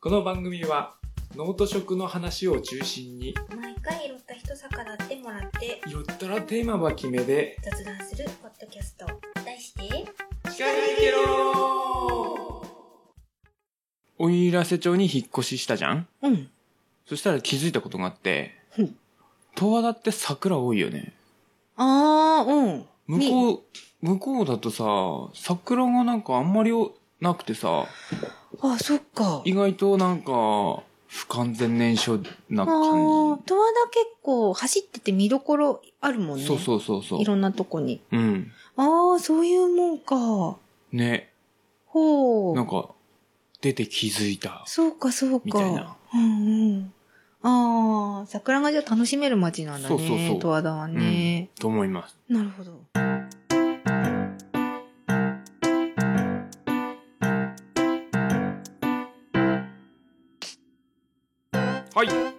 この番組は脳と食の話を中心に毎回いろった人魚ってもらってよったらテーマは決めで雑談するポッドキャスト題して近いけろおいらせ町に引っ越ししたじゃんうん。そしたら気づいたことがあってうん十和田って桜多いよねああ、うん。向こう向こうだとさ桜がなんかあんまりなくてさあ、そっか。意外となんか不完全燃焼なあ感あ、十和田結構走ってて見どころあるもんじね。そうそうそうそういろんなとこに。うんああ、そういうもんか。ねほなんう。か出て気づいたそうか、そうみたいか。なうんうん。ああ、桜がじゃあ楽しめる街なんだね。そうそうそう十和田はね。と思いますなるほど。はいは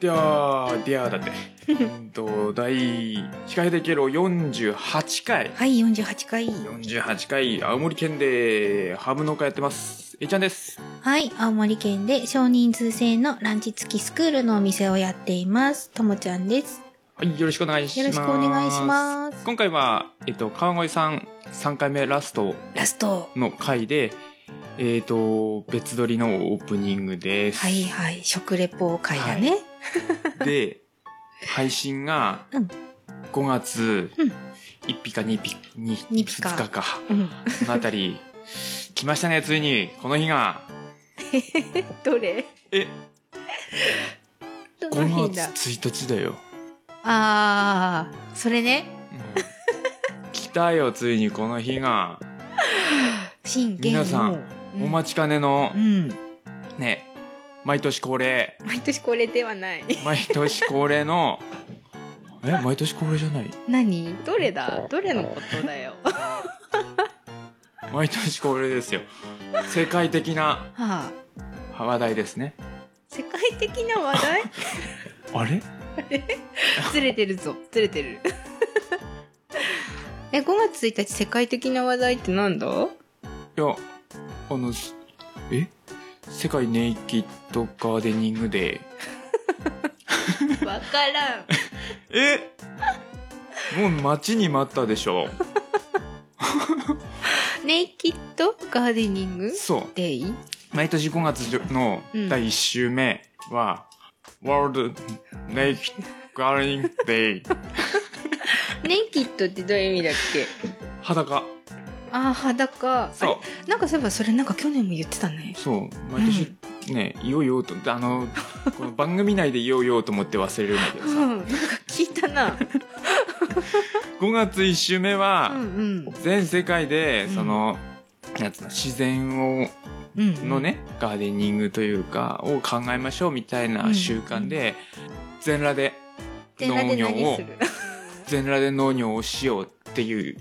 ではではだってうんと第司会でケロ48回い。はい、48回。 48回青森県でハム農家やってますえいちゃんですはい、青森県で少人数制のランチ付きスクールのお店をやっています。ともちゃんです。はいよろしくお願いしよまろしすくお願いします。今回は、えっと、川越さん3回目ラストラスト。の回でえっ、と別撮りのオープニングです、はいはい、食レポ会だね。で配信がうん5月うん1日か2日に二日か2日かうん。このあたり来ましたねついにこの日がどれえどの5日だ月1日だよ、あー、それね。うん来たよついにこの日が真剣皆さんお待ちかねのう、ん。うんね毎年恒例毎年これではない。毎年恒例 のえ毎年恒例じゃない何どれだどれのことだよ。は毎年恒例ですよ世界的なあ、話題ですね世界的な話題 あれずれてるぞ。ずれてる。 え、5月1日世界的な話題ってなんだいやあのすえ世界ネイキッドガーデニングデわからん。ーえもう待ちに待ったでし ょネイキッドガーデニングそデイう毎年5月のうん第1週目は、ワールドネイキッドガーデニングデーネイキッドってどういう意味だっけ裸あー裸あそれなんかそういえばそれなんか去年も言ってたねうそう毎年ねいよいよとあのこの番組内でいよいよと思って忘れるんだけどうさん なんか聞いたな5月1週目は、うん全世界でうんその、なんつうの自然をうんうんのね、ガーデニングというかを考えましょうみたいな習慣で、全裸で全裸農で業何をする全裸で農業をしようっていう違うよね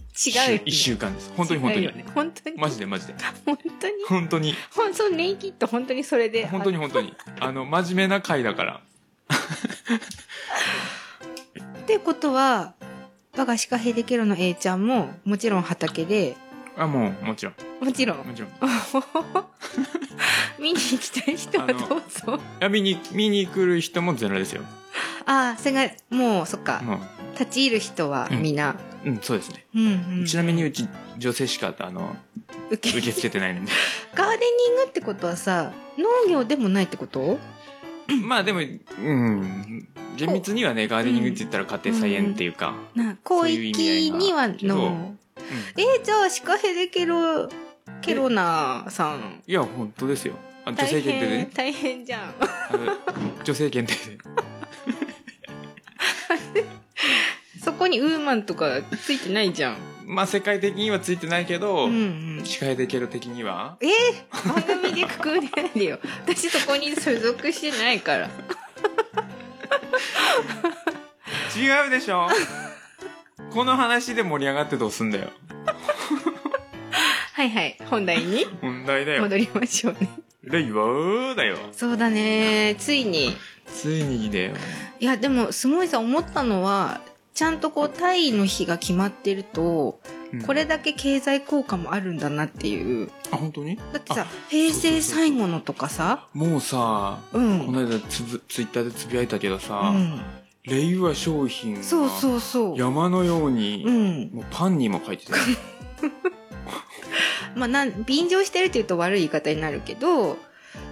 一週間です本当に本当違に、うよね本当にマジでマジで本当に本当にほんそうネイキッド本当にそれで本当に本当にあの真面目な回だからあってことは我がシカヘデケロの A ちゃんももちろん畑であもうもちろんもちろんもちろんい 見に行きたい人はどうぞや見に見に来る人も全裸ですよああーそれがもうそっか、も立ち入る人はみんな、ううんそうですね、うんうんちなみにうち女性しかあの受け受け付けて ないんでガーデニングってことはさ農業でもないってことまあでも、うん、厳密にはね、ガーデニングって言ったら家庭菜園っていうか、なそう広いう意味合いが域にはのうんえー、じゃあシカヘデケロケロナさんいや、本当ですよ。あ女大性限定で変ね。大変じゃあんの女性限定で。 そこにウーマンとかついてないじゃんまあ世界的にはついてないけど、うんうん司会でケロ的には。えー、番組でくくれないでよ私そこに所属してないから違うでしょこの話で盛り上がってどうすんだよ。はいはい本題に問題だよ。戻りましょうね令和だよ。そうだねついについにだよ。いやでもすごいさ思ったのはちゃんとこうタイの日が決まってるとうんこれだけ経済効果もあるんだなっていう。あ本当にだってあさ、平成最後のとかさ、もうさうん。この間つぶツイッターでつぶやいたけどさ、うん。令和商品がそうそうそう。山のように、うん。もうパンにも書いてたよまあなん、便乗してるって言うと悪い言い方になるけど、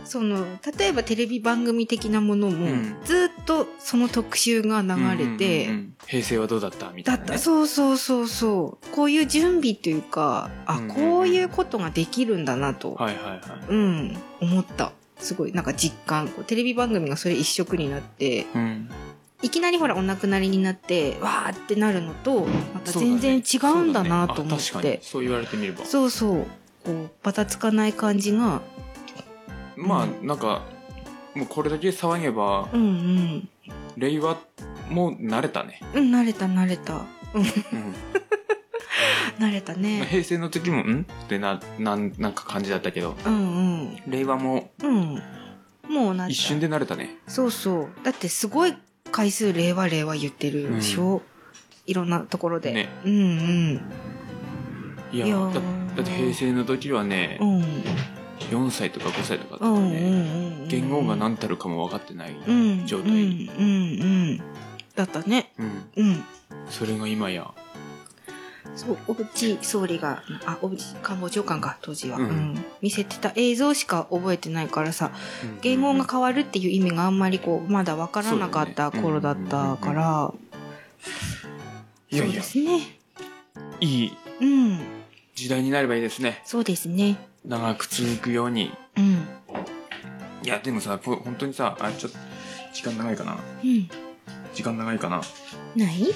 その、例えばテレビ番組的なものも、うんずっとその特集が流れて、うんうんうんうん平成はどうだったみただいな、っね、た、そうそうそうそう。こういう準備というか、あ、うんうんうんこういうことができるんだなと、はいはいはいうん、思った。すごい、なんか実感。こうテレビ番組がそれ一色になって、うん、いきなりほらお亡くなりになって、わーってなるのと、またそうだ全ね然違うんだなと思っそうだねあ確かにて。そう言われてみればそうそう。こう、バタつかない感じが、まあうなんかもうこれだけ騒げばうんうん。令和も慣れたね、うん、慣れた慣れた。うん慣れたね。平成の時も「ん?」ってななんなんか感じだったけどうんうん。令和もうん。もうなった一瞬で慣れたねそうそう。だってすごい回数令和令和言ってるでしょ、いろんなところで。ねうんうん。いやいやーだだって平成の時はねう、ん。 4歳とか5歳とかだったうからんうんね、うんうん。言語がん何たるかも分かってないうん状態、うんうんうん。だったね。うんうん。それが今やそう、小渕総理が、あ、小渕官房長官か、当時は、ううんん。見せてた映像しか覚えてないからさ、言語が変わるっていう意味があんまりこう、まだわからなかったそうだね頃だったから、いやいそうでやすね。いいうん。時代になればいいですねそうですね。長く続くようにうん。いやでもさこ本当にさあちょっと時間長いかなうん。時間長いかなない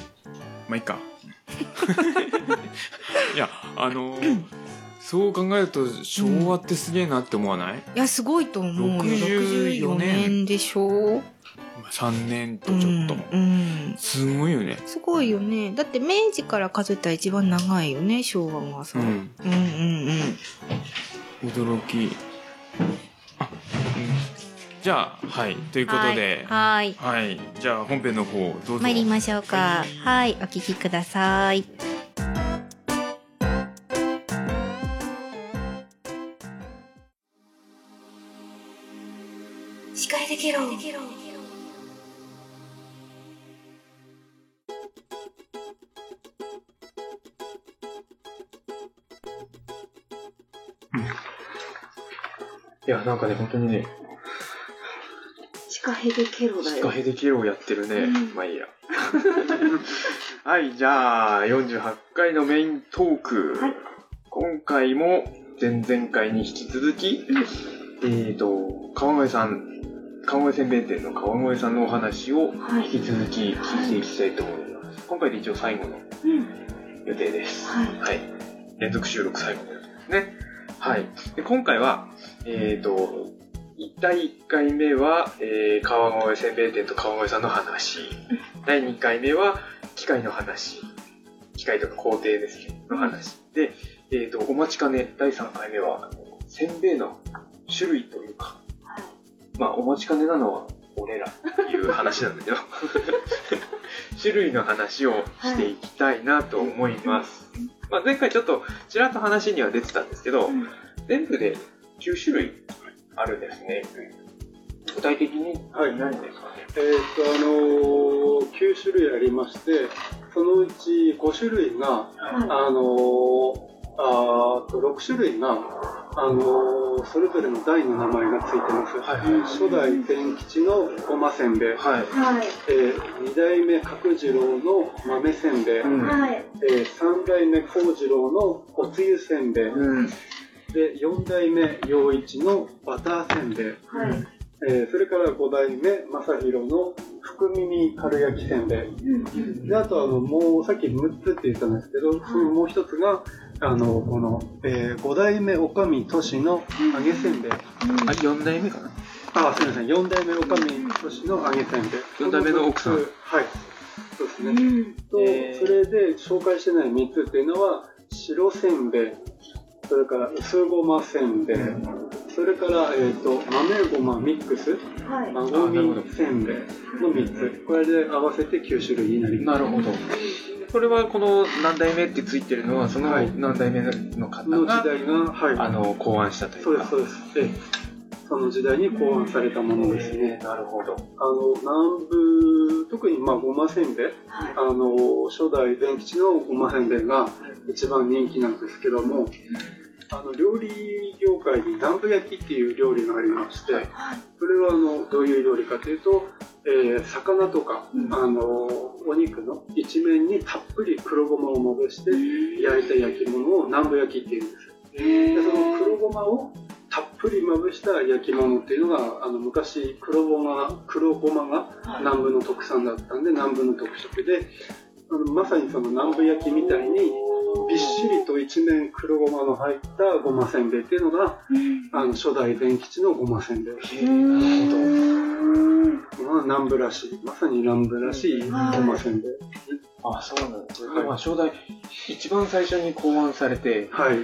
まあいいかいやあのーそう考えると昭和ってすげえなって思わない、いや、すごいと思うよ。 64 64年年でしょまあ3年とちょっと、うんうん。すごいよねすごいよね。だって明治から数えたら一番長いよね、昭和がさ。ううん、んうん、うん驚きあうんじゃあはいということではい。はいはいじゃあ本編の方どうぞ参りましょうか。はい。お聞きください。司会できろいやなんかね本当にねシカヘデケロだヒカヘデケロをやってるね、まあいいや はいじゃあ48回のメイントーク、今回も前々回に引き続き、えっ、ー、と川越さん川越せんべい店の川越さんのお話をはい引き続き聞いていきたいと思います、今回で一応最後の予定です、はい連続収録最後の予定ですねはいで今回はえっ、ー、と1第1回目は、えー川越せんべい店と川越さんの話第2回目は機械の話機械とか工程ですねの話で、えー、とお待ちかね第3回目はせんべいの種類というか、まあお待ちかねなのは俺らっていう話なんだ けど種類の話をしていきたいなと思います、まあ、前回ちょっとちらっと話には出てたんですけど、うん全部で9種類あるんですね具体的に何ですかね、えーっとあのー、9種類ありましてそのうち5種類が、あのー、あーあと6種類が、あのー、それぞれの台の名前がついてます、はい初代善吉のごませんべい、はいはいえー、2代目角次郎の豆せんべい、うんはいえー、3代目幸次郎のおつゆせんべい、うんで4代目陽一のバターせんべいはいえーそれから5代目正宏の福耳軽焼きせんべいであとあのもうさっき6つって言ったんですけど、そのもう一つがあのこの、え5代目女将都市の揚げせんべい、あ4代目かなあすみません4代目女将都市の揚げせんべい四代目の奥さんこ六つはいそうですね、とえーそれで紹介してない3つっていうのは白せんべいそれから薄ごませんべいそれから、えー、と豆ごまミックスはいまごみせんべいの3つこれで合わせて9種類になりまするほどそれはこの何代目ってついてるのはそのはい何代目の方の時が、代が、はい。あの考案したといそううでかす、そうです。ええその時代に考案されたものですね。なるほどあの、南部、特にまあ、ごませんべい。あの、初代伝吉のごませんべいが一番人気なんですけども、あの、料理業界に南部焼きっていう料理がありまして、はいそれはあの、どういう料理かというと、えー魚とか、あの、お肉の一面にたっぷり黒ごまをまぶして、焼いた焼き物を南部焼きっていうんです。でその黒ごまをたっぷりまぶした焼き物っていうのがあの昔黒ごま黒ごまが南部の特産だったんで、南部の特色であのまさにその南部焼きみたいにびっしりと一面黒ごまの入ったごませんべいっていうのが、あの初代伝吉のごませんべい、まあ、南部らしいまさに南部らしいごませんべい、あそうなんですね、はいまあ初代一番最初に考案されてはい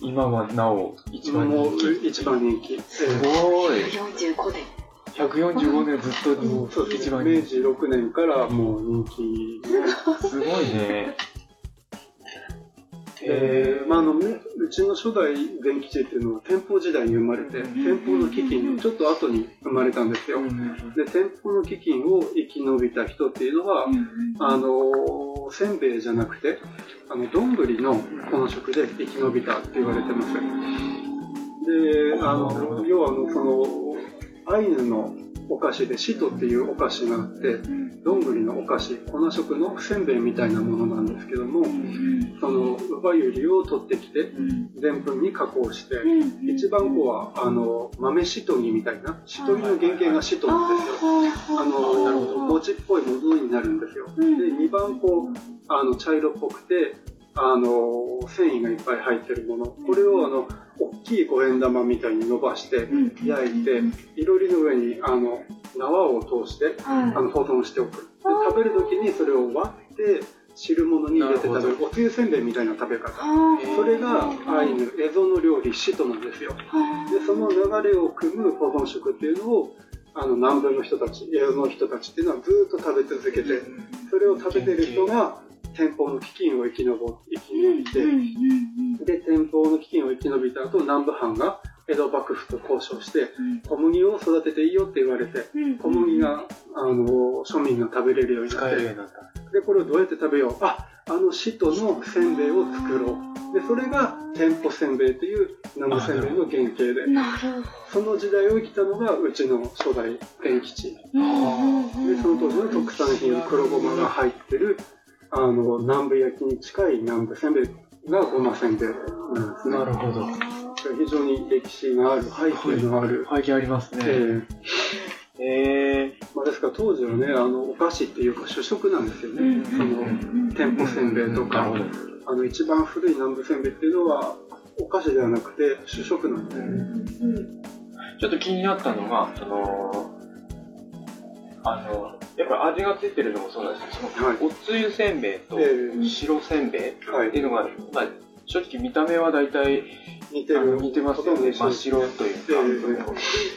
今はなお一番もう人気一番人気、えすえごい45年。 145年ずっとそうです一ね番明人気治6年からもう人気すごいねえーまあ、あのねうちの初代電吉っていうのは天保時代に生まれて天保の飢饉のちょっと後に生まれたんですよで天保の飢饉を生き延びた人っていうのはあのーせんべいじゃなくてあのどんぐりのこの食で生き延びたって言われてますであなるほどの要はあのそのアイヌのお菓子でシトっていうお菓子があってどんぐりのお菓子粉食のせんべいみたいなものなんですけどもそのウバユリを取ってきてでんぷんに加工して一番後はあの豆シトギみたいなシトギの原型がシトなんですよあの餅っぽいものになるんですよで2番こうあの茶色っぽくてあの繊維がいっぱい入ってるものこれをあの大きい五円玉みたいに伸ばして焼いていろりの上にあの縄を通してあの保存しておくで食べる時にそれを割って汁物に入れて食なべるるおつゆせんべいみたいな食べ方それがアイヌエゾの料理シトなんですよでその流れを組む保存食っていうのをあの南部の人たちエゾの人たちっていうのはずっと食べ続けてそれを食べてる人が天保の飢饉を生き延ぼ生き延びて、で天保の飢饉を生き延びた後南部藩が江戸幕府と交渉して小麦を育てていいよって言われて小麦があの庶民が食べれるようにな使っえてるようになったでこれをどうやって食べようああのシトのせんべいを作ろうでそれが店舗せんべいという南部せんべいの原型でその時代を生きたのがうちの初代天吉でその当時の特産品黒ごまが入ってるあの南部焼きに近い南部せんべいがごませんべいなんですねなるほど非常に歴史がある背景のある、背景ありますえねーえまあ、ですから当時はねあのお菓子っていうか主食なんですよね、ーその店舗せんべいとか、なるほどあの一番古い南部せんべいっていうのはお菓子ではなくて主食なんで、ちょっと気になったのが、その、あの、やっぱ味がついてるのもそうなんですけど、そのはいおつゆせんべいとえ白せんべいっえはていいうのが、まあ、正直見た目は大体似てあるの似てますよね。ほと真っんど一緒白といえうか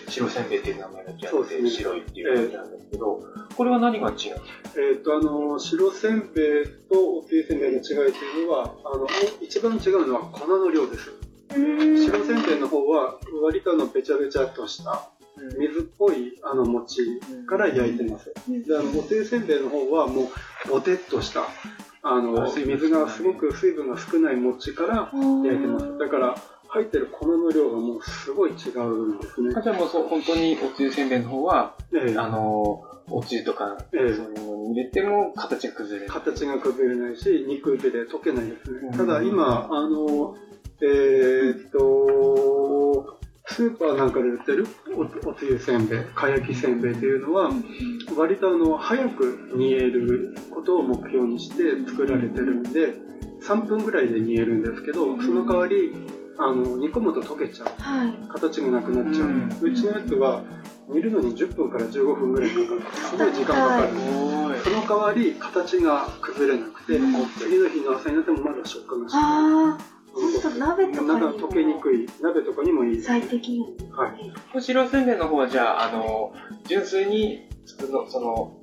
え、白せんべいっていう名前だけあそうっですて、ね白いっていう感じなんですけど、これは何が違うんですえー、とあの白せんべいとおつゆせんべいの違いというのはあの一番違うのは粉の量です白せんべいの方は割とあのべちゃべちゃっとした水っぽいあの餅から焼いてます、であのおつゆせんべいの方はもうぼてっとしたあのあ水分水がすごく水分が少ない餅から焼いてますだから入ってる粉の量がもうすごい違うんですねかじゃあもうそう本当におつゆせんべいの方は、ええあの、おつゆとか、えそうえいうのに入れても形が崩れない。形が崩れないし肉で溶けないですうんねただ今あのえーっとスーパーなんかで売ってるおおつゆせんべいかやきせんべいというのは割とあの早く煮えることを目標にして作られてるんで3分ぐらいで煮えるんですけどその代わりあの煮込むと溶けちゃう形がなくなっちゃう、うんうちのやつは煮るのに10分から15分ぐらいかかるすごい時間かかる、すごいその代わり形が崩れなくて、次の日の朝になってもまだ食感がしないなんか溶けにくい鍋とかにもいいです最適。はい白せんべいの方はじゃあ、あの、純粋に、その、その、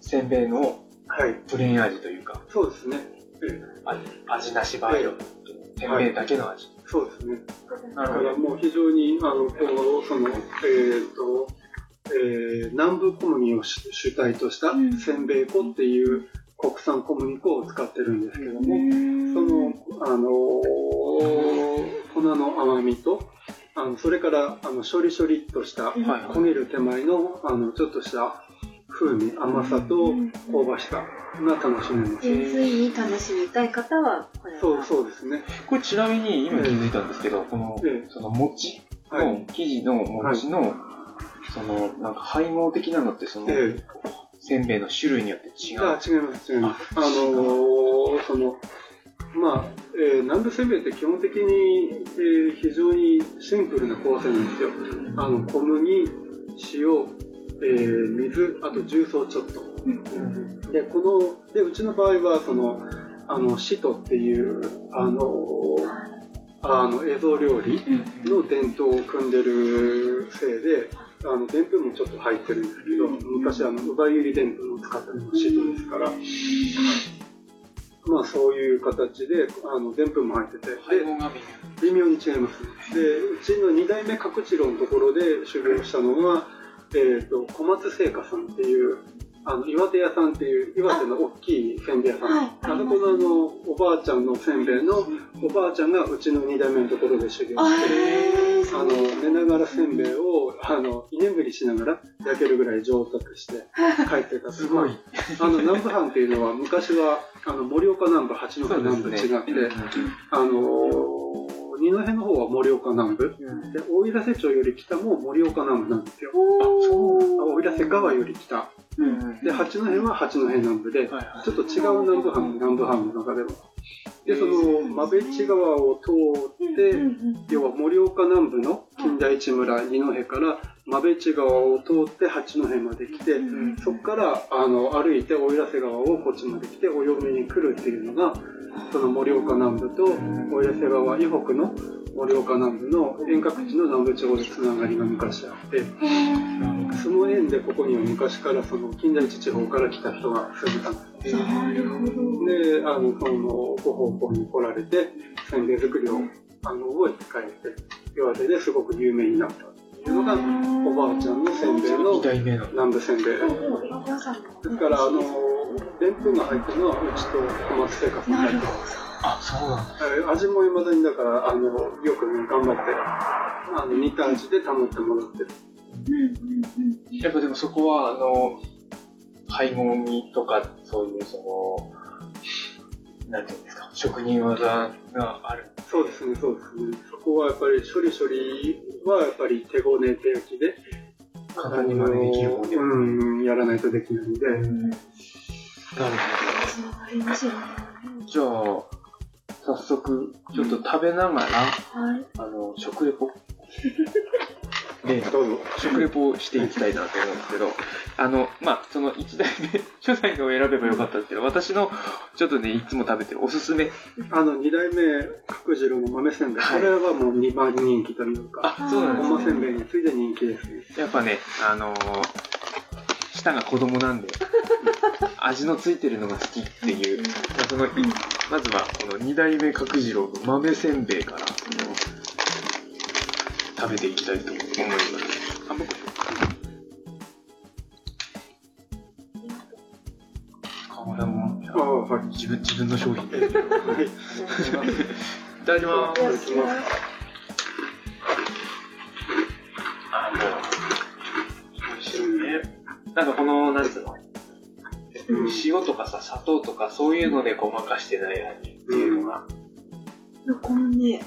せんべいのはい。プレーン味というか、そうですね。味味なしバージョン。店名だけの味。そうですね。なだから。もう非常に、あの、今日、その、えっ、と、えー南部小麦を主主体としたうんせんべい粉っていう国産小麦粉を使ってるんですけども、その、あのー粉の甘みと、あのそれから、あの、処理処理っとした、はいはいこねる手前の、あの、ちょっとした風味、甘さと香ばしさが楽しめます。純粋に楽しみたい方はこれはそう、そうですね。これちなみに今気づいたんですけど、この、ええその餅はい。の、生地の餅の、その、なんか配合的なのって、その、ええせんべいの種類によって違う。あ違います違いますあのーそのまあ、えー南部せんべいって基本的に、えー非常にシンプルな構成なんですよあの小麦塩、えー水あと重曹ちょっと、でこのでうちの場合はそのあのシトっていうあのーあの映像料理の伝統を組んでるせいであのでんぷんもちょっと入ってるんですけど、昔あのうばゆりでんぷんを使ったのもシートですから、まあそういう形であのでんぷんも入ってて配で合が微微妙に違いますでうちの2代目角次郎のところで修行したのが、えー、と小松製菓さんっていうあの岩手屋さんっていう岩手の大きいせんべい屋さんはいあそこのあのおばあちゃんのせんべいのおばあちゃんがうちの2代目のところで修行してあへーあの寝ながらせんべいをあの居眠りしながら焼けるぐらい上達して帰ってたすごいあの南部藩っていうのは昔はあの盛岡南部八戸妙。南部違って、あの二戸の方は盛岡南部うんで大平瀬町より北も盛岡南部なんですよあ、そう。大平瀬川より北うんで八戸は八戸南部ではいはいちょっと違う南部藩南部藩の中でもでその馬部地川を通って、要は盛岡南部の近代一村二戸から馬部地川を通って八戸まで来て、んそこからあの歩いて奥入瀬川をこっちまで来てお嫁に来るっていうのがその盛岡南部と奥入瀬川以北の盛岡南部の遠隔地の南部地方でつながりが昔あってその縁でここには昔からその近代一地方から来た人が住んでたんですなるほどであのそのご奉公に来られてせんべい作りをあの覚えて帰って岩手ですごく有名になったっていうのがおばあちゃんのせんべいの二代目の。南部せんべいですからあのでんぷんが入ってるのはうちと小松製菓さんだなけるほあ、そうなんだ。はい味もいまだにだからあのよくね頑張ってあの似た味で保ってもらってるやっぱでもそこは、あの、配合にとか、そういう、その、なんていうんですか、職人技がある。そうですねそうですねそこはやっぱり処理処理はやっぱり手ごね手焼きで簡単に真似できるもんではうんやらないとできないんで、なるほど。じゃあ、早速、ちょっと食べながら、あの、食レ ポ。で、どうぞ食レポをしていきたいなと思うんですけど、あの、まあ、その1代目、 初代のを選べばよかったんですけど、私の、ちょっとね、いつも食べてるおすすめ。あの2代目角次郎の豆せんべい、はいこれはもう2番人気というかあ、そうなんごですませんべいに次いで人気ですねやっぱね、あのー舌が子供 なんで、味のついてるのが好きっていう、まあ、その、いまずはこの二代目角次郎の豆せんべいから、食べていきたいと思います。あ、僕、川田もああはい自分、自分の商品で。い はいいただきまたす。だきますあの、美味しいね。なんかこの、なんつうの、うん塩とかさ、砂糖とかそういうのでごまかしてない味っていうのが、このね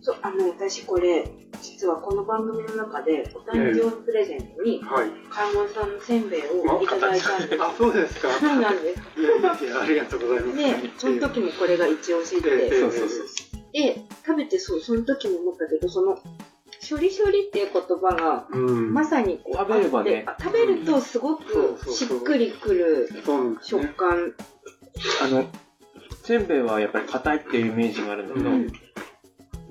そうあの私これ実はこの番組の中でお誕生日プレゼントにはい川越さんのせんべいをいただいたんですあそうですかそうなんですいやいやいやありがとうございますでその時もこれが一押しええええでそうそうそうで食べてそうその時も思ったけどその処理処理っていう言葉がうんまさにこう食べればねあってあ食べるとすごそうくそうしそうっくりくるそうなんです食ね感あの、せんべいはやっぱり硬いっていうイメージがあるんだけど、うん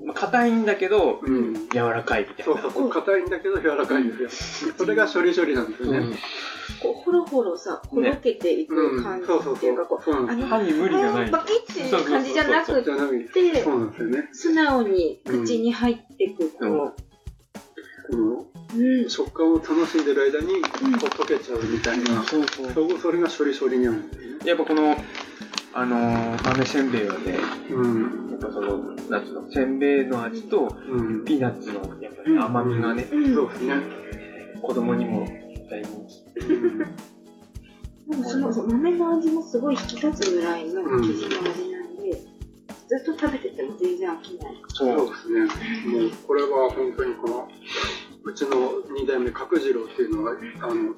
まあ、硬いんだけど、うん。柔らかいみたいそなう。そうそう、硬いんだけど柔らかいんですよ。それが処理処理なんですようね。んこうほろほろさほどけていく感ん、そうじそうっていうかこうそう。そうなんで歯に無理がない。バキッていう感じじゃなすよ。くじゃなくてそうなんですよね。素直に口に入ってくこう、このうん食感を楽しんでる間に、こう溶けちゃうみたいな。そうそう。そこそれが処理処理にあるんですよね。やっぱこの、あのー豆せんべいはね、うん。やっぱその、なんつうの、せんべいの味と、うん。ピーナッツの、やっぱり甘みがね、うんそうですね。子供にも大人気。でもその豆の味もすごい引き立つぐらいの生地の味なんで、ずっと食べてても全然飽きない。そう。そうですね。もうこれは本当にこのうちの二代目角次郎っていうのはあの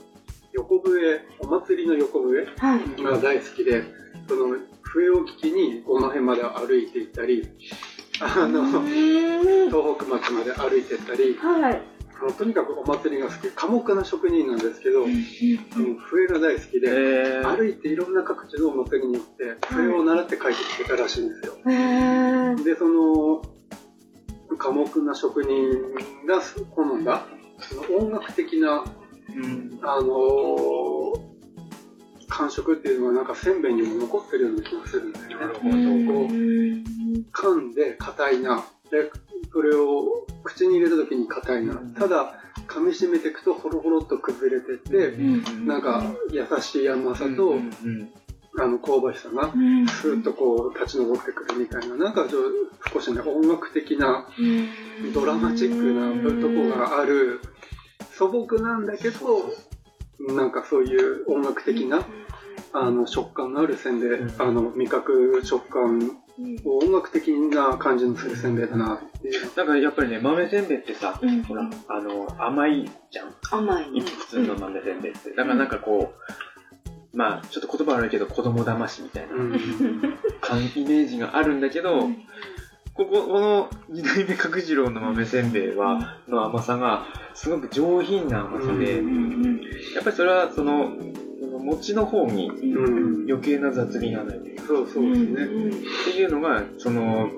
横笛お祭りの横笛はい。が大好きで、その笛を聞きにこの辺まで歩いていったり、あの東北町まで歩いていったり、はい。もうとにかくお祭りが好き、寡黙な職人なんですけど、もう笛が大好きえで。ー、歩いていろんな各地のお祭りに行って、笛を習って帰ってきてたらしいんですよ。へー。でその寡黙な職人が好んだその音楽的な、うん。あの感触っていうのはなんかせんべいにも残ってるような気がするんだよなるほね。ど。こう噛んで硬いなでそれを口に入れた時に硬いなただ噛みしめていくとほろほろっと崩れてって、んなんか優しい甘さと、うんうんあの香ばしさがスーッとこう立ち上ってくるみたいななんかちょ少しね音楽的なドラマチックなとこがある素朴なんだけどなんかそういう音楽的なあの食感のあるせんべいうんあの味覚食感を音楽的な感じのするせんべいだなっていうなんかやっぱりね、豆せんべいってさ、うんほら、あの、甘いじゃん。甘いね。普通の豆せんべいって。だからなんかこう、まあ、ちょっと言葉悪いけど、子供騙しみたいなうん感イメージがあるんだけど、ここ、この二代目角次郎の豆せんべいは、の甘さが、すごく上品な甘さで、やっぱりそれは、その、その餅の方にうん余計な雑味がないっていうかそうそうですねっていうのが、その、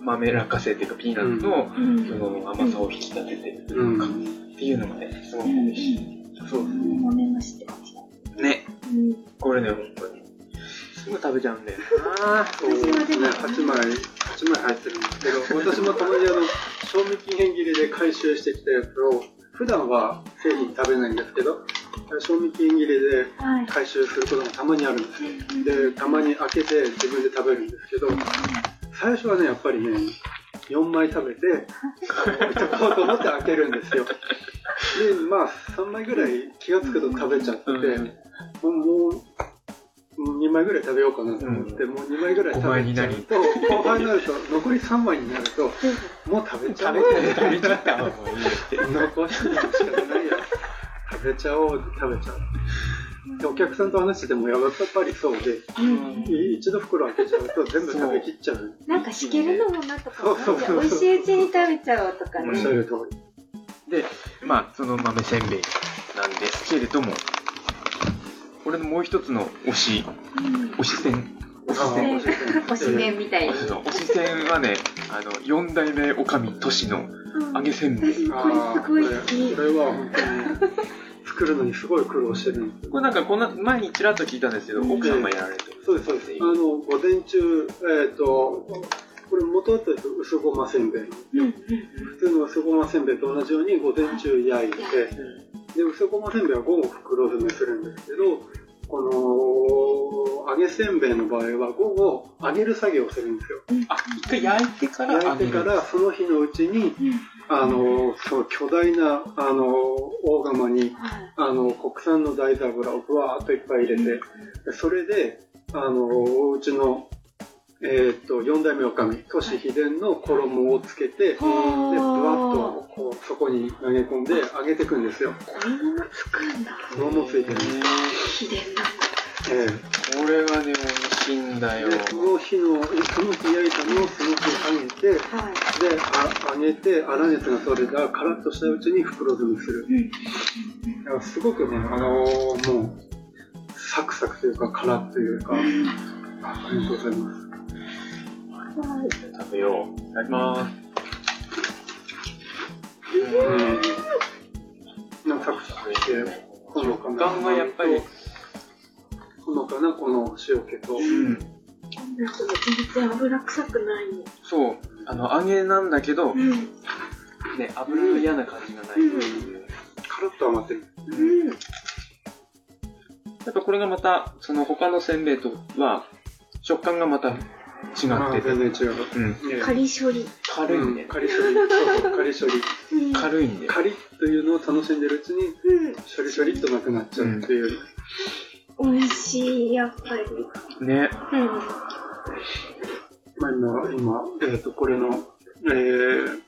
豆らかせっていうか、ピーナッツの、その甘さを引き立ててるというか、うんっていうのがね、すごく美味しい。そうですね豆のしてました。ね、うん。これね、本当に。すぐ食べちゃうんだよな。そうですね8枚八枚入ってるんですけど私もたまにあの賞味期限切れで回収してきたやつを普段は製品食べないんですけど賞味期限切れではい。回収することがたまにあるんですよでたまに開けて自分で食べるんですけど最初はねやっぱりね4枚食べて置いとこうと思って開けるんですよでまあ3枚ぐらい気がつくと食べちゃってて、うんもうもう2枚ぐらい食べようかなと思って、もう2枚ぐらい食べちゃうと後半になると残り3枚になるともう食べちゃおう食べちゃったもういいよって。残しても仕方ないや食べちゃおう食べちゃおうでお客さんと話しててもやっぱりそうでい一度袋開けちゃうと全部食べきっちゃうなんかしけるのもなとか、そうそうそう美味しいうちに食べちゃおうとかおっしゃね。る通りで、まあ、その豆せんべいなんですけれども、俺のもう一つの推し、推しせん。おすねおしめみたい推に。しの推しせんはね、あの、四代目女将都市の揚げせんべい。私もこれすごい好き。これは本当に作るのにすごい苦労してるんですよこれなんかこんな、前にちらっと聞いたんですけど、奥様やられてる。そうですそうですあの午前中えっ、とこれ元だったら薄ごませんべいなんですよ、普通の薄ごませんべいと同じように午前中焼いて、で薄ごませんべいは午後袋詰めするんですけどこの揚げせんべいの場合は午後揚げる作業をするんですよあ、一回焼いてから揚焼げいてるからその日のうちに、あのその巨大なあの大釜にあの国産の大豆油をぶわーっといっぱい入れて、でそれであのうちの、えー、と4代目女将トシ秘伝の衣をつけて、でぶわっとこうそこに投げ込んで揚げていくんですよこういうのもつくんだ。衣ついてる、ね秘伝だ。えこれはね、美味しいんだえよ。でその日のその日焼いたのをその日揚げてはい。であ揚げて粗熱が取れたらカラッとしたうちに袋詰めする、だからすごくねあのーもうサクサクというかカラッというか、あありがとうございますい。食べよう。いただきます。うん。なんかサクサクして、ほのかな。食感がやっぱり、ほのかな、この塩気と。うん。こんな人も全然油臭くないね。そう。あの、揚げなんだけど、ね、ん。油の嫌な感じがない。うんカラッと甘ってる。うん。やっぱこれがまた、その他のせんべいとは、食感がまた違あってー全て、然違う。うん、カ仮処理。軽いね。カリ処理。そうそう、カリ処理。うん軽いんだよ。カリッというのを楽しんでるうちに、うん。処理処理っとなくなっちゃうっていう。美味しい、やっぱり。ね。うん。まあ、今、今えっ、と、これの、えー、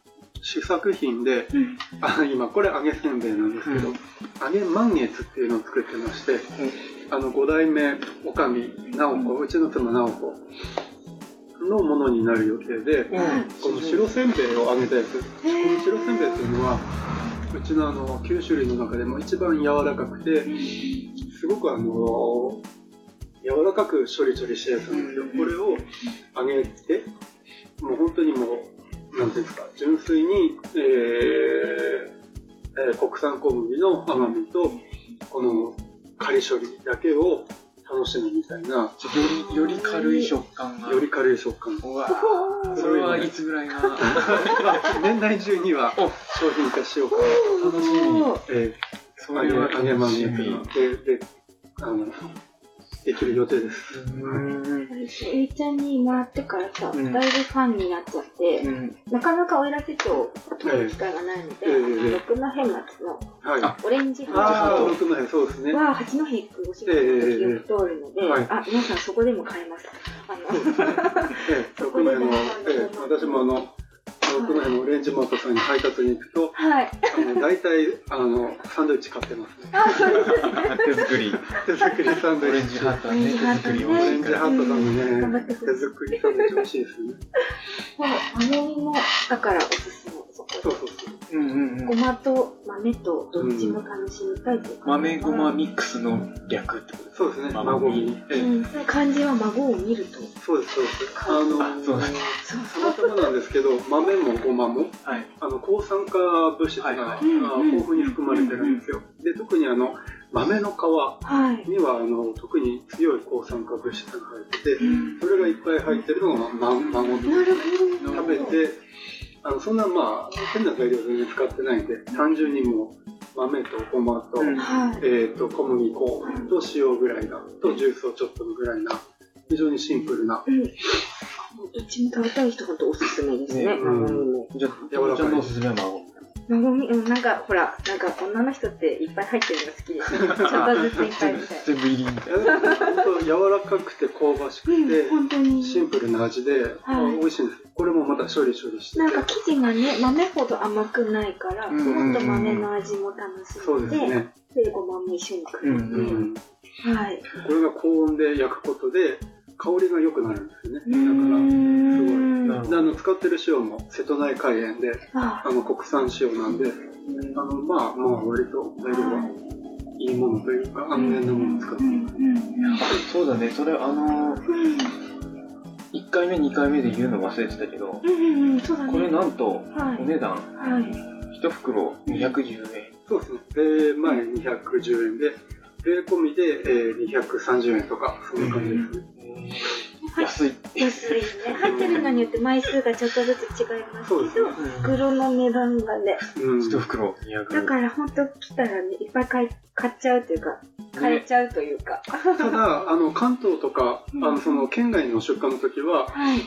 試作品で、うんあ今、これ揚げせんべいなんですけど、うん揚げ満月っていうのを作ってまして、あの、5代目、おかみ、直子、うちの妻、直子のものになる予定で、うん。この白せんべいを揚げたやつ、こへのー白せんべいっていうのは、うちのあの9種類の中でも一番柔らかくて、すごくあの柔らかく処理処理したやつなんですよ、うんこれを揚げてもう本当にもうなんていうんですか純粋に、えーえー国産小麦の甘みとこの仮処理だけを楽しむみたいなより、より軽い食感が。より軽い食感うわぁそれはいつぐらい が。年内中にはお商品化しようかな楽しみ。えそー、揚げ揚げまんうにでであのできる予定ですん。私、えいちゃんにもらってからさ、うんだいぶファンになっちゃって、うん。なかなか奥入瀬町を通る機会がないので、ええええ六戸町のはいあオレンジハあーあ、ウ六の辺、そうですね。は八戸行くお仕事の時よく通るので、ええはいあ、皆さんそこでも買えます。あの、ええ六の辺の、ええ私もあの、六の辺のオレンジマートさんに配達に行くと、はい。あの、大体、あの、サンドイッチ買ってます ね。手作り。手作りサンオドイレッンジチ。ハートはね、手作りオレンジハト。ットさんのね、頑張ってくだ手さい作りサンドイッチ美味しいですね。そう、豆も、だからおすすめ。そこでそうそううそう。んうんうごん。まと豆とどっちも楽しみたいというか、豆ごまミックスの略ってことそうですね、孫孫にに。うええん、漢字は孫を見ると。そうです、そうです。あのあそうだー、たまたまなんですけど、豆もごまも、はい。あの抗酸化物質が、はいはいあー豊富に含まれてるんですよ。で、特にあの、豆の皮。はい。にはあの特に強い抗酸化物質が入ってて、それがいっぱい入ってるのが、ま、孫のなる食べて、あのそんなまあ変な材料全然使ってないんで、単純にもう豆とごまと、うんほど。はい。えっ、と小麦粉と塩ぐらいな、とジュースをちょっとぐらいな、非常にシンプル な、うん。どっちも食べたい人ほんとおすすめですね。ね孫にも。じゃあ、山ちゃんのおすすめは孫。孫に、うん、なんかほら、なんか女の人っていっぱい入ってるの好きですよね。ちょっとずついっぱいみたい全部入りみたいいやでも本当柔らかくて香ばしくて、な。本当に。シンプルな味で、はい美味しいんです。これもまた処理処理してなんてか、生地がね、豆ほど甘くないから、うんうんうんもっと豆の味も楽しそうんですで、ね。で、ごまも一緒にくるうんうんので、はい。これが高温で焼くことで香りが良くなるんですよねうーだんな。からであの使ってる塩も瀬戸内海塩でああの国産塩なんであのまあまあ割と材料がいいものというか安全なものを使ってますそうだね、それあのー、うん1回目、2回目で言うの忘れてたけど、うんうんうん、そうだね。これなんと、はおい。値段、はい。 1袋210円。そうですね税前210円で税込みで、えー230円とかそんな感じですね、はい安い。安いね。入ってるのによって枚数がちょっとずつ違いますそうでけすどね、袋の値段がね。うん1袋200円。だからほんと来たらね、いっぱい買い買っちゃうというか、買えちゃうというか。ただあの関東とかあのその県外の出荷の時ははい。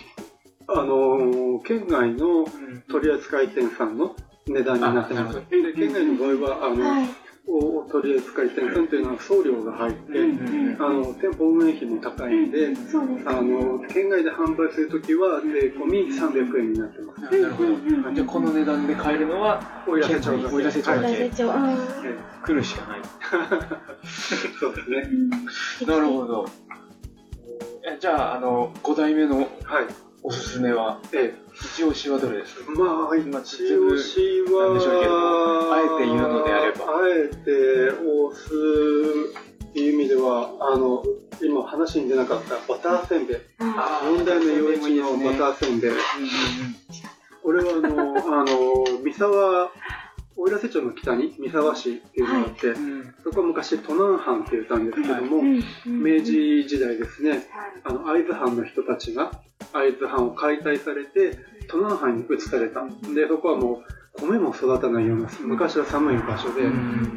あのー県外のうん取扱店さんの値段になってます。あなるで県外の場合はあの、はい。お取扱店さんというのは送料が入って、うんあの店舗運営費も高いんで、そうです。あの県外で販売するときは税込み300円になってます。なるほうど。んじゃあこの値段で買えるのは、おいらせちゃうおいらせちゃうはいだけ大成長。うん。え来るしかない。えそうですね。なるほど。えじゃあ、あの、5代目のはい。おすすめは、え一押しはどれですかえまあまあ一押しなんでしょうけはどあえて言うのであればあえて押すっていう意味ではあの今話に出なかったバターせんべいああ問題の要因のバターせんべい俺はあのあの三沢奥入瀬町の北に三沢市っていうのがあって、そこは昔都南藩って言ったんですけども、うん明治時代ですねはいあの会津藩の人たちが会津藩を解体されて都南藩に移されたでそこはもう米も育たないような昔は寒い場所で、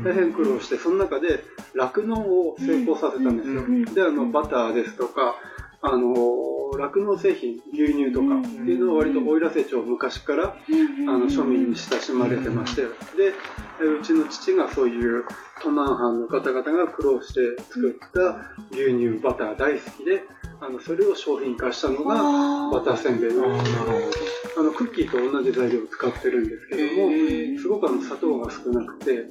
大変苦労してその中で酪農を成功させたんですよ、うんであのバターですとかあの酪農製品牛乳とかっていうのは割と奥入瀬町昔からあの庶民に親しまれてましてでうちの父がそういう都南藩の方々が苦労して作った牛乳バター大好きであのそれを商品化したのがバターせんべいのあのクッキーと同じ材料を使ってるんですけども、すごくあの砂糖が少なくて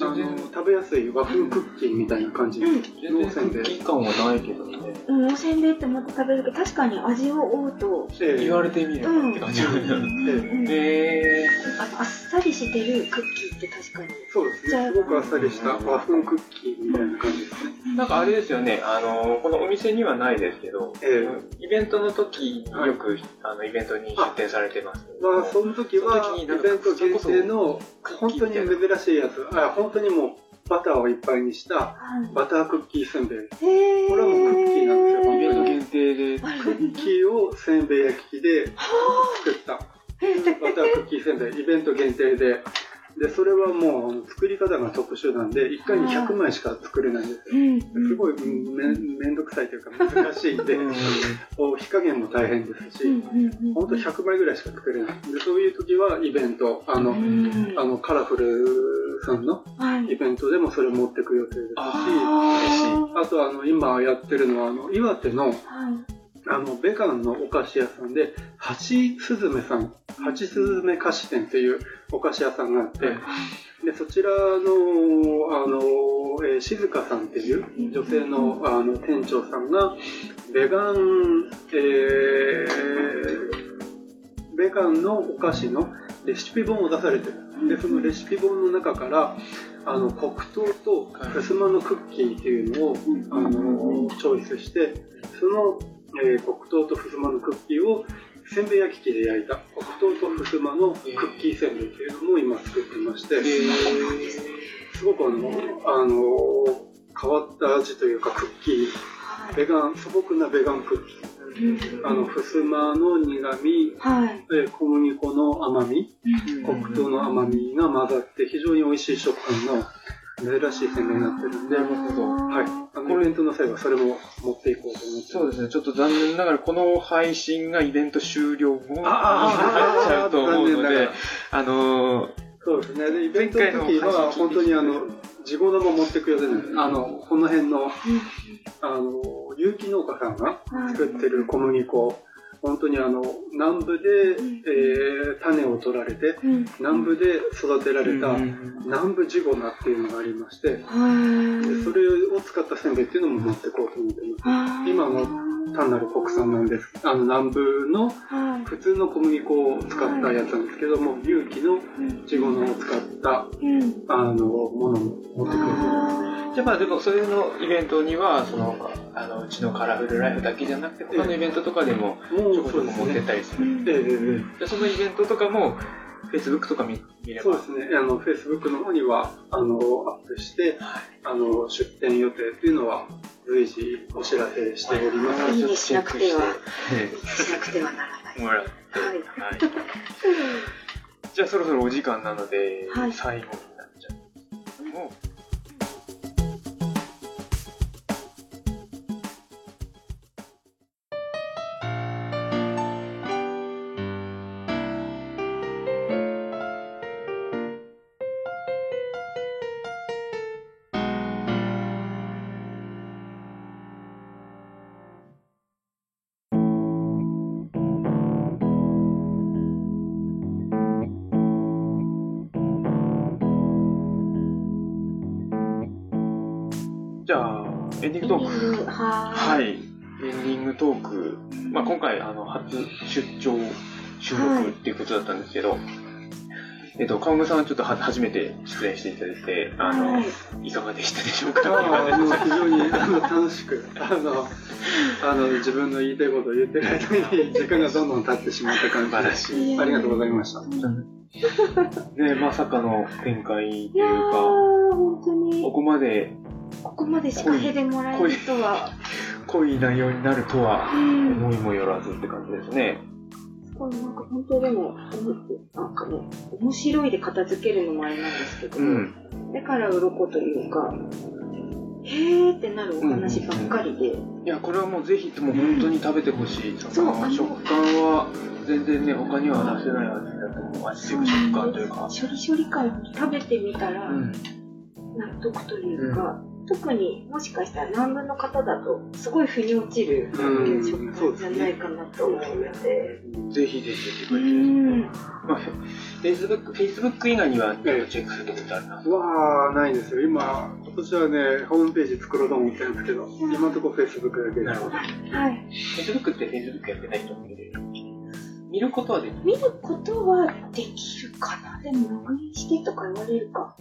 あの食べやすい和風クッキーみたいな感じうんのおせんべい感はないけどねうん、おせんべいって思って食べるけど確かに味を追うと、ええ言われてみればって感じになるええうんへあのあっさりしてるクッキーって確かにそうですねすごくあっさりした和風クッキーみたいな感じですね、なんかあれですよねあのこのお店にはないですけどええイベントの時によくあのイベントに出店されてますまあ、その時はイベント限定の本当に珍しいやつあ本当にもうバターをいっぱいにしたバタークッキーせんべいへこれはもうクッキーなんですよイベント限定でクッキーをせんべい焼き器で作ったバタークッキーせんべいイベント限定ででそれはもうあの作り方が特殊なんで1回に100枚しか作れないんですよすごいうんめめんどくさいというか難しいんでこう火加減も大変ですし本当100枚ぐらいしか作れないでそういう時はイベントあのあのカラフルさんのイベントでもそれ持ってく予定ですしあとあの今やってるのはあの岩手のあのベガンのお菓子屋さんで八すずめさん八すずめ菓子店っていうお菓子屋さんがあって、でそちらのあの、えー静香さんっていう女性のあの店長さんがベガン、えーベガンのお菓子のレシピ本を出されてるでそのレシピ本の中からあの黒糖とふすまのクッキーっていうのを、あのチョイスしてその、えー黒糖とふすまのクッキーをせんべい焼き器で焼いた黒糖とふすまのクッキーせんべいっていうのも今作ってまして、すごくあの、あの変わった味というかクッキーベガン素朴なベガンクッキーあのふすまの苦味はいえー小麦粉の甘み黒糖の甘みが混ざって非常に美味しい食感の珍しいせんべいになってるんで、なるほどはい、あのイベントの際はそれも持っていこうと思ってそうですねちょっと残念ながらこの配信がイベント終了後になっちあーゃうと思うの残念ながでらあのーそうですね。で、イベントの時は、本当にあの、地粉も持ってく予定なんです。あの、この辺の、あの、有機農家さんが作ってる小麦粉、本当にあの、南部で、えー種を取られて、南部で育てられた、南部地粉っていうのがありまして、でそれを使ったせんべいっていうのも持ってこうと思ってます。今の単なる国産なんです。あの、南部の普通の小麦粉を使ったやつなんですけども、有機の地粉を使った、あの、ものも持ってくるじゃあまあでもそれのイベントにはそのあのうちのカラフルライフだけじゃなくて他のイベントとかでももちょこちょこ持ってっね。たりするええええでそのイベントとかも Facebook とか見見ええれそうばですね。あの、Facebook の方には、あの、アップして、あの、出店予定っていうのは、随時お知らせしております。いいねしなくてはえしなくてはならないえもらって、はいはい、じゃあそろそろお時間なので、はい最後になっちゃうもうじゃあエンディングトークははい、エンディングトーク、まあ、今回あの初出張収録っていうことだったんですけど、ええっと、川越さんはちょっとは初めて出演していただいて、あはのい、いかがでしたでしょう かっていうあ感じあですもう非常にあの楽しくあのあの自分の言いたいことを言ってる間に時間がどんどん経ってしまった感素じ晴らでしい。ありがとうございました。ね、まさかの展開いといやうか、ー、本当こに、こまでここまで仕掛けでもらえるとは、濃い内容になるとはうん、思いもよらずって感じですね。すごいなんか本当でも、なんかね、面白いで片付けるのもあれなんですけど、うん。だから鱗というか、へーってなるお話ばっかりで、いや、これはもうぜひとも本当に食べてほしい。そうあの食感は全然ね、他には出せない味だと思う。味というか食感というか。処理処理感食べてみたらうん。納得というか、特にもしかしたら南部の方だとすごい腑に落ちるうん食感じゃないかなと思うので。ぜひぜひやってくうれて。ん、まあ、フェイスブック、フェイスブック以外には、チェックすることってあるな。わあないですよ。今今年はねホームページ作ろうと思ってるんですけど、今のところフェイスブックだけなるでほど。フはい。ェイスブックってフェイスブックやってないと思うけど、見ることはできる。見ることはできるかなでも、ログインしてとか言われるか。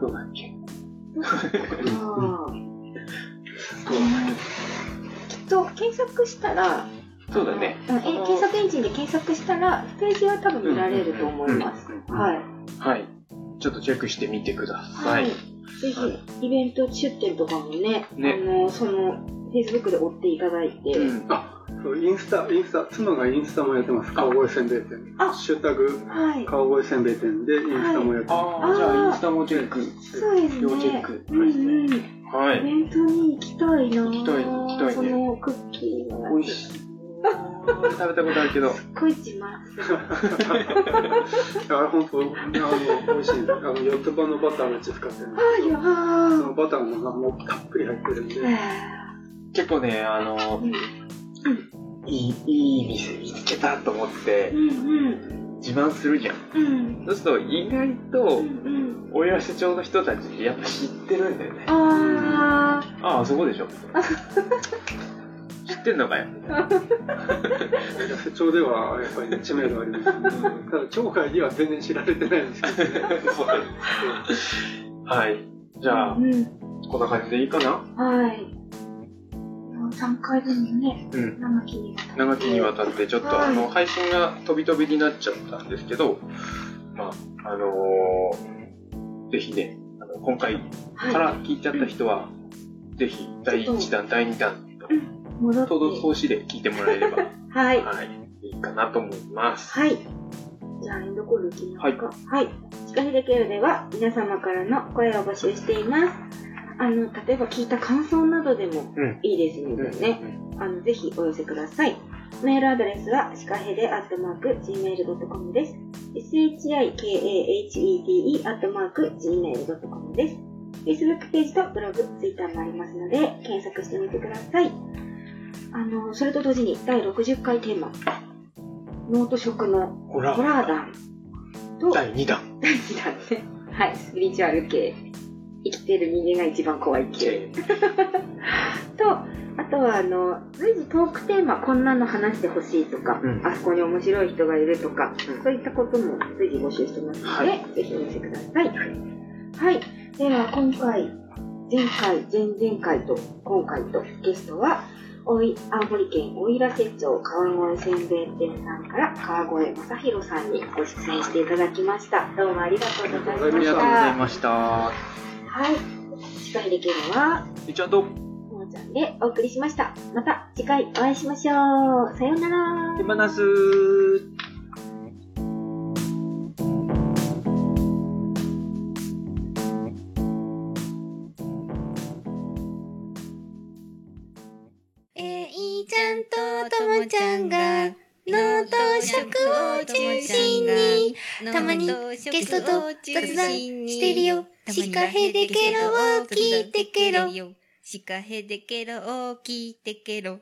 どうだっけそうだね。ああ。きっと、検索したら、そうだね。うんえ検索エンジンで検索したら、ページは多分見られると思います。うんはい。はい。ちょっとチェックしてみてください。ぜひ、イベント出店とかもね、ねあの、その、Facebook で追っていただいて、うん。あそうインスタインスタ妻がインスタもやってます。川越せんべい店。あシュタグはい。川越せんべい店でインスタもやってまあああ、ーじゃあインスタもチェック。そうですね。要チェックうんうん。イはベい。ントに行きたいなぁ行きたい行きたいねそのクッキーの美味やつ。しい。食べたことあるけど。こいちます。す。あれ本当あの美味しいんであの四つ葉のバターめっちゃ使ってるんあでーやそばのバターのがもうたっぷり入ってるんで。ー。結構ね、あの、うんいい、いい店見つけたと思ってう、ん自慢するじゃん。うんうんそうすると、意外うと、んうん。お社町の人たちってやっぱ知ってるんだよね。あああ、そこでしょ。知ってんのかよ。社長ではやっぱり知名度あ ります、ね、ただ町外には全然知られてないんですけどねはい。じー。ゃあう、ん。こんな感じでいいかなはい。3回分のね、うん。生木に渡って長きにわたって、ちょっとはいあの、配信が飛び飛びになっちゃったんですけど、まあ、あのーぜひね、あの今回かはら聞いちゃった人は、ぜひ、第1弾、第2弾と、い、戻とどって。通しで聞いてもらえれば、はい。はい、いいかなと思います。はい。じゃあ、エンドコールいきますか。はい。シカヒデケルでは、皆様からの声を募集しています。あの、例えば聞いた感想などでもうんいいですのでね、うんあの、ぜひお寄せください。メールアドレスは、シカヘデアットマーク、gmail.com です。shikahede アットマーク、gmail.com です。Facebook ページとブログ、Twitter もありますので、検索してみてください。あの、それと同時に、第60回テーマ、ノート食のほホら、ラー団と第第2弾。 2弾ね。 はい、スピリチュアル系。生きてる人間が一番怖い系。と、あとは、あの、随時トークテーマ、こんなの話してほしいとか、うんあそこに面白い人がいるとか、うんそういったことも随時募集してますので、はいぜひお寄せください。はい、では今回、前回、前々回と、今回と、ゲストは、おい青森県おいらせ町川越せんべい店さんから川越正弘さんにご出演していただきましたどうもありがとうございまありがしとうたございました。はい司会できるのはリチャード、ももちゃんでお送りしましたまた次回お会いしましょうさようなら手放す。えいちゃんとともちゃんが、脳と食を中心に、たまにゲストと雑談してるよ。シカヘデケロを聞いてケロ。シカヘデケロを聞いてケロ。